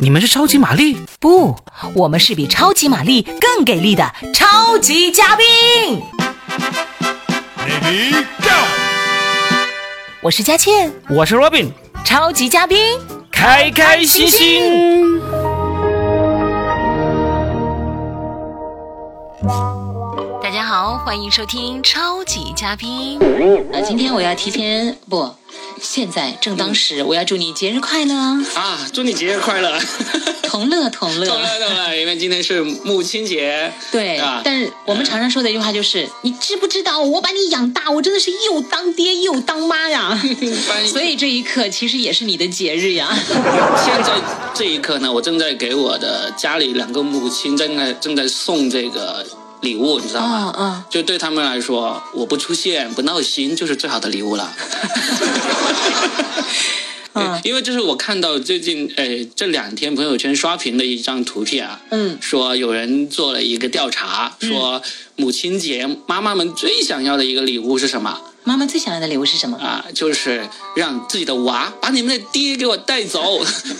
你们是超级玛丽？不，我们是比超级玛丽更给力的超级嘉宾。 Ready go！我是佳倩，我是 Robin，超级嘉宾。开开心心。大家好，欢迎收听超级嘉宾。呃，今天我要提前不，现在正当时，我要祝你节日快乐，啊，啊，祝你节日快乐！同乐同乐。懂了懂了，因为今天是母亲节，对，啊但是我们常常说的一句话就是：“你知不知道我把你养大，我真的是又当爹又当妈呀！”翻 译所以这一刻其实也是你的节日 呀。现在这一刻呢，我正在给我的家里两个母亲正在正在送这个礼物，你知道吗？嗯嗯就对他们来说，我不出现不闹心就是最好的礼物了。嗯哦对因为这是我看到最近呃这两天朋友圈刷屏的一张图片啊，嗯说有人做了一个调查，说母亲节妈妈们最想要的一个礼物是什么？妈妈最想要的礼物是什么？啊，就是让自己的娃把你们的爹给我带走，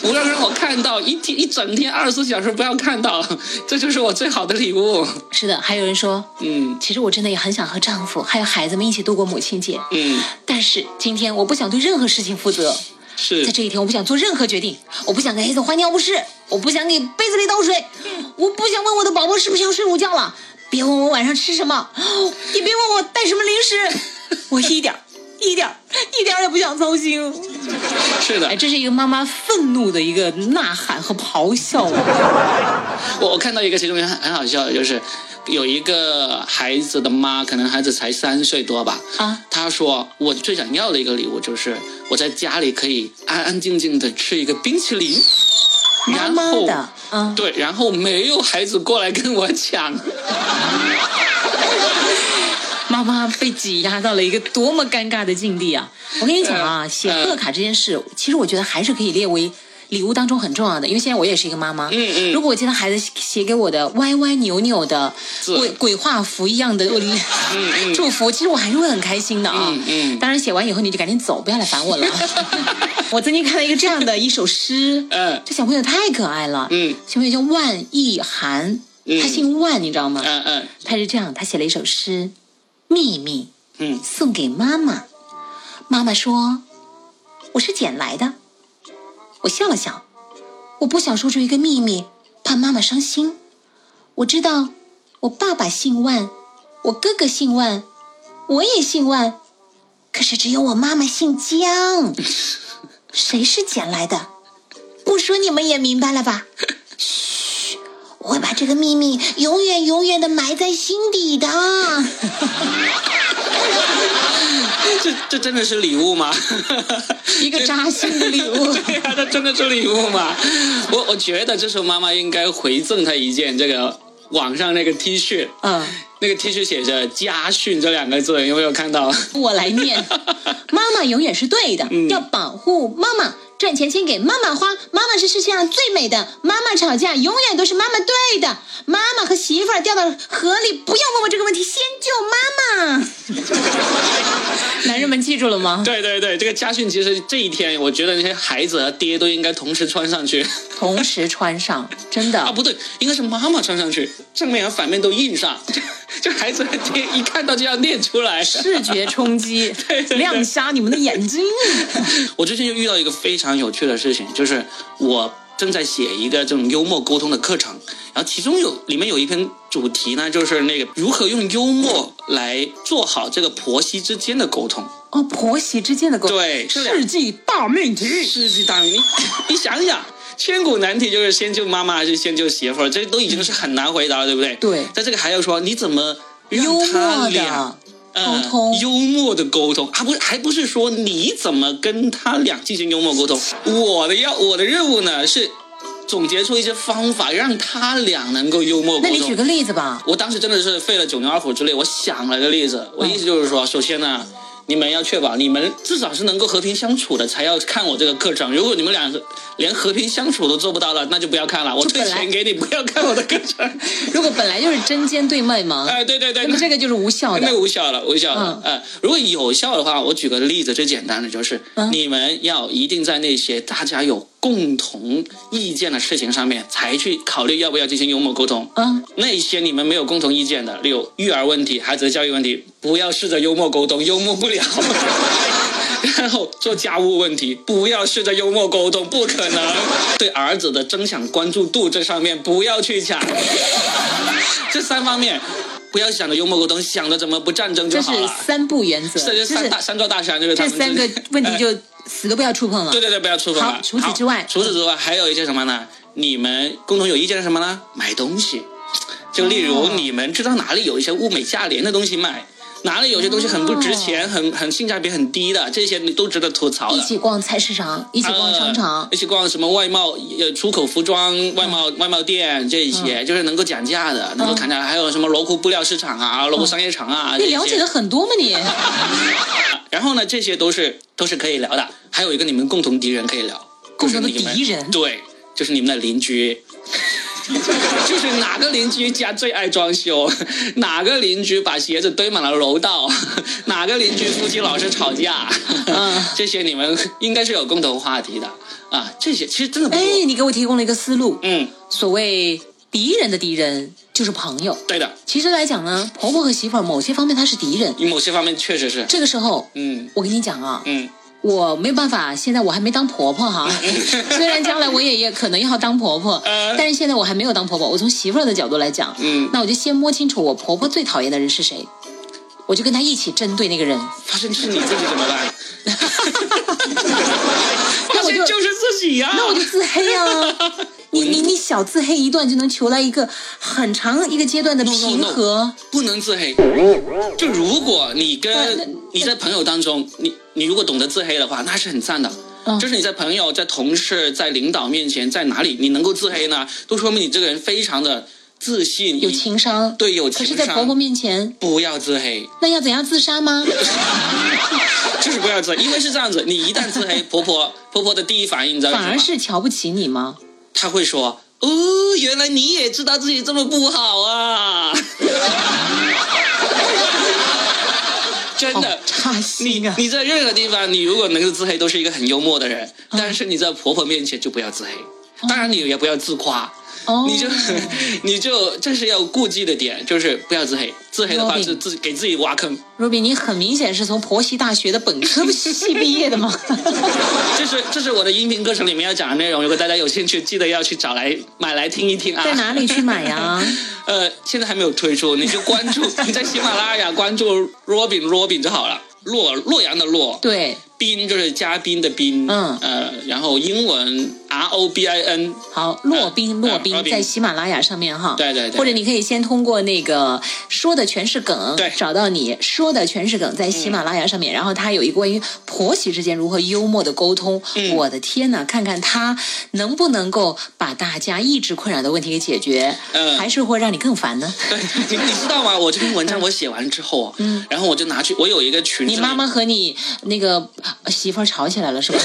不要让我看到，一天一整天二十四小时不要看到，这就是我最好的礼物。是的，还有人说，嗯其实我真的也很想和丈夫还有孩子们一起度过母亲节，嗯，但是今天我不想对任何事情负责，是在这一天我不想做任何决定，我不想给黑子换尿不湿，我不想给杯子里倒水，嗯我不想问我的宝宝是不是要睡午觉了，别问我晚上吃什么，也别问我带什么零食，我一点儿一点儿一点儿也不想操心。是的哎，，这是一个妈妈愤怒的一个呐喊和咆哮啊！我我看到一个其中一个很很好笑的，就是有一个孩子的妈，可能孩子才三岁多吧，啊，她说我最想要的一个礼物就是我在家里可以安安静静的吃一个冰淇淋，妈然妈后的，嗯，对，然后没有孩子过来跟我抢。嗯妈妈被挤压到了一个多么尴尬的境地啊！我跟你讲啊，嗯写贺卡这件事，其实我觉得还是可以列为礼物当中很重要的，因为现在我也是一个妈妈。嗯嗯如果我接到孩子写给我的歪歪扭扭的字鬼鬼画符一样的我嗯 祝福，其实我还是会很开心的啊。嗯嗯当然，写完以后你就赶紧走，不要来烦我了。 我曾经看到一个这样的一首诗，嗯这小朋友太可爱了。嗯小朋友叫万意涵，嗯他姓万，你知道吗？嗯嗯他是这样，他写了一首诗《秘密嗯》，送给妈妈。妈妈说：“我是捡来的。”我笑了笑，我不想说出一个秘密，怕妈妈伤心。我知道，我爸爸姓万，我哥哥姓万，我也姓万，可是只有我妈妈姓江。谁是捡来的？不说你们也明白了吧？我会把这个秘密永远永远的埋在心底的。这这真的是礼物 吗？ 一个扎心的礼物对呀、这真的是礼物吗？我我觉得这时候妈妈应该回赠他一件这个网上那个 T 恤，嗯，那个 T 恤写着“家训”这两个字，有没有看到？我来念，妈妈永远是对的，嗯要保护妈妈。赚钱先给妈妈花，妈妈是世界上最美的。妈妈吵架永远都是妈妈对的。妈妈和媳妇儿掉到河里，不要问我这个问题，先救 妈妈。男人们记住了吗？对对对，这个家训其实这一天，我觉得那些孩子和啊爹都应该同时穿上去同时穿上，真的啊， 不对，应该是妈妈穿上去，正面和反面都印上， 就就孩子和爹一看到就要念出来。视觉冲击， 对对对亮瞎你们的眼 睛。我最近又遇到一个非常有趣的事情，就是我正在写一个这种幽默沟通的课程，然后其中有里面有一篇主题呢，就是那个如何用幽默来做好这个婆媳之间的沟通。哦，婆媳之间的沟通，对是的世纪大命题。世纪大运，你你想想。千古难题就是先救妈妈还是先救媳妇儿，这都已经是很难回答了，对不对？对在这个还要说你怎么让幽他默俩的沟通呃、幽默的沟通，啊还不是还不是说你怎么跟他俩进行幽默沟通？我的要我的任务呢是总结出一些方法，让他俩能够幽默那沟通。你举个例子吧。嗯我当时真的是费了九牛二虎之力，我想了个例子，我意思就是说，首先呢，你们要确保你们至少是能够和平相处的，才要看我这个课程。如果你们俩连和平相处都做不到了，那就不要看了，我就退本来钱给你，不要看我的课 程。如果本来就是针尖对麦芒，哎，对对对，那么这个就是无效哎那的个。无效了，无效了。呃，如果有效的话，我举个例子，最简单的就是，嗯你们要一定在那些大家有共同意见的事情上面，才去考虑要不要进行幽默沟通。嗯，那些你们没有共同意见的，例如育儿问题、孩子的教育问题，不要试着幽默沟通，幽默不了。 然后做家务问题，不要试着幽默沟通，不可能。对儿子的争抢关注度这上面不要去抢。这三方面，不要想着幽默沟通，想着怎么不战争就这好是了。三不原则，这就就三是大三座大山，就是他这们三个之间问题哎就死都不要触碰了对。对对，不要出风啊好除此之外除此之外还有一些什么呢？你们共同有意见是什么呢？买东西，就例如哦你们知道哪里有一些物美价廉的东西卖，哪里有些东西很不值钱、很很性价比很低的，这些你都值得吐槽哦一的。起逛菜市场，一起逛商呃场，嗯一起逛什么外贸、呃出口服装、外贸、外贸店这一些，就是能够讲价的，能够砍价的，还有什么罗湖布料市场啊、罗湖商业场啊，你这些哎了解的很多吗？ 你然后呢，这些都是都是可以聊的。还有一个你们共同敌人可以聊，共同的就是你们敌人对，就是你们的邻居。 就是哪个邻居家最爱装修，哪个邻居把鞋子堆满了楼道， 哪个邻居夫妻老是吵架，嗯 这些你们应该是有共同话题的啊。这些其实真的不多，哎，你给我提供了一个思路。嗯，所谓敌人的敌人就是朋友。对的，其实来讲呢，婆婆和媳妇儿某些方面她是敌人。某些方面确实是，这个时候，嗯我跟你讲啊，嗯，我没有办法，现在我还没当婆婆 哈。虽然将来我也也可能要当婆婆，呃但是现在我还没有当婆婆。我从媳妇儿的角度来讲，嗯那我就先摸清楚我婆婆最讨厌的人是谁，我就跟她一起针对那 个人。发现是你自己怎么办？ 发那我现就就是自己呀、那我就自黑啊！你你你小自黑一段就能求来一个很长一个阶段的 No, no, 平 no 和。不能自黑。就如果你那跟你在朋友当中，你你如果懂得自黑的话，那是很赞的嗯。就是你在朋友、在同事、在领导面前，在哪里你能够自黑呢？都说明你这个人非常的自信，有情商，对有可情是，在婆婆商。面前，不要自黑，那要怎样自杀吗？就是不要自黑，因为是这样子，你一 旦自黑，婆婆婆婆的第一反应你知道反而什么？是瞧不起你吗？她会说：“哦，原来你也知道自己这么不好啊！” 真哦的，，扎 你心啊！你在任何地方，你如果能够自黑，都是一个很幽默的人。嗯但是你在婆婆面前就不要自黑，当然你也不要自夸，哦，你就 你就这是要顾忌的点，就是不要自黑。自黑的话有理是自给自己挖坑， Ruby，你很明显是从婆媳大学的本 科系毕业的嘛？这是这是我的音频课程里面要讲的内容。如果大家有兴趣，记得要去找来买来听一听啊。在哪里去买呀？呃，现在还没有推出，你就关注你在喜马拉雅关注 Robin Robin 就好了。洛洛阳的洛， 对，宾就是嘉宾的宾，嗯呃，然后英文 R O B I N，好，洛宾，嗯洛嗯洛宾宾在喜马拉雅上面哈。对对对或者你可以先通过那个说的全是梗，对嗯找到你说的全是梗在喜马拉雅上面，然后它有一个关于婆媳之间如何幽默的沟通。嗯我的天呐，看看他能不能够把大家一直困扰的问题给解决，嗯还是会让你更烦呢？对，你你知道吗？我这篇文章我写完之后啊，嗯，然后我就拿去，我有一个群，你妈妈和你那个呃媳妇儿吵起来了是吧？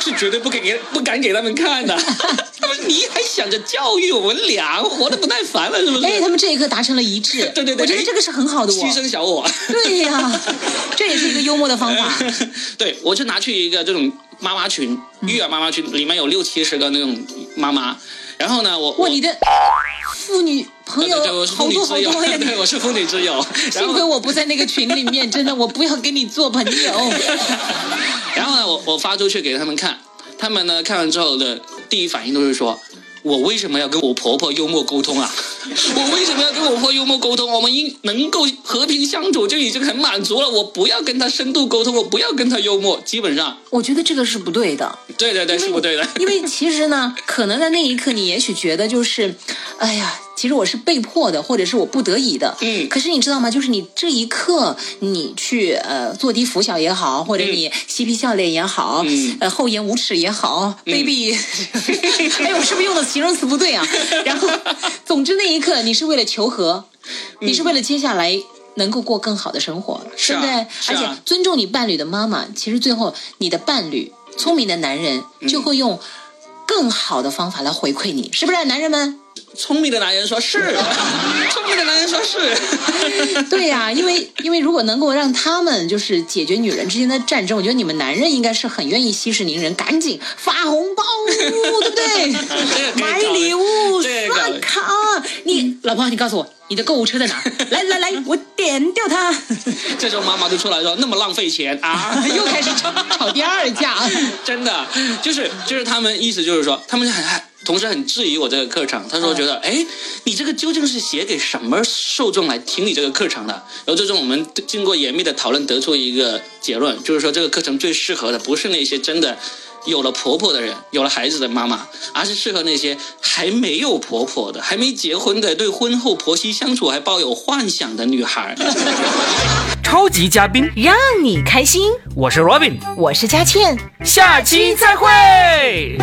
是绝对不给给不敢给他们看 的，他们你还想着教育我们俩，活得不耐烦了是不是？ 哎，他们这一刻达成了一致， 对对对我觉得这个是很好的我，牺牲小我，对呀、这也是一个幽默的方法。 对，我就拿去一个这种妈妈群，育儿妈妈群，里面有六七十个那种妈妈，然后呢，我哇，我。你的妇女朋对对，友我是好妇女多好之友多呀！， 对，我是妇女 之友。然幸后亏我不在那个群里面，真的，我不要跟你做朋 友。哦然后呢，我我发出去给他们看，他们呢看完之后的第一反应都是说。我为什么要跟我婆婆幽默沟通啊？ 我为什么要跟我婆婆幽默沟通？我们应能够和平相处就已经很满足了。我不要跟她深度沟通，我不要跟她幽默。基本上，我觉得这个是不对的，对对对，是不对的。 因为其实呢，可能在那一刻你也许觉得就是，哎呀。其实我是被迫的，或者是我不得已的。嗯可是你知道吗？就是你这一刻，你去呃坐低拂晓也好，或者你嬉皮笑脸也好，嗯呃厚颜无耻也好、b a b y 哎，我是不是用的形容词不对啊？然后，总之那一刻你是为了求和，你是为了接下来能够过更好的生活，嗯是啊对不对？是而啊且尊重你伴侣的妈妈，其实最后你的伴侣，聪明的男人嗯就会用更好的方法来回馈你，是不是，啊男人们？ 聪明的男人说是， 聪明的男人说是， 对呀、因为因为如果能够让他们就是解决女人之间的战争，我觉得你们男人应该是很愿意息事宁人，赶紧发红包， 对不这个可对？以买考虑礼物，这个考刷虑卡。嗯你老婆，你告诉我你的购物车在哪？来来来，我点掉它。这时候妈妈就出来说那么浪费钱啊， 又开始吵吵第二架啊！ 真的就是就是他们意思就是说，他们就很很同时很质疑我这个课程，他说觉得哎、你这个究竟是写给什么受众来听你这个课程的？然后最终我们经过严密的讨论，得出一个结论，就是说这个课程最适合的不是那些真的。有了婆婆的人，有了孩子的妈妈，而是适合那些还没有婆婆的、还没结婚的、对婚后婆媳相处还抱有幻想的女孩。超级嘉宾，让你开心。我是 Robin，我是佳倩。下期再会。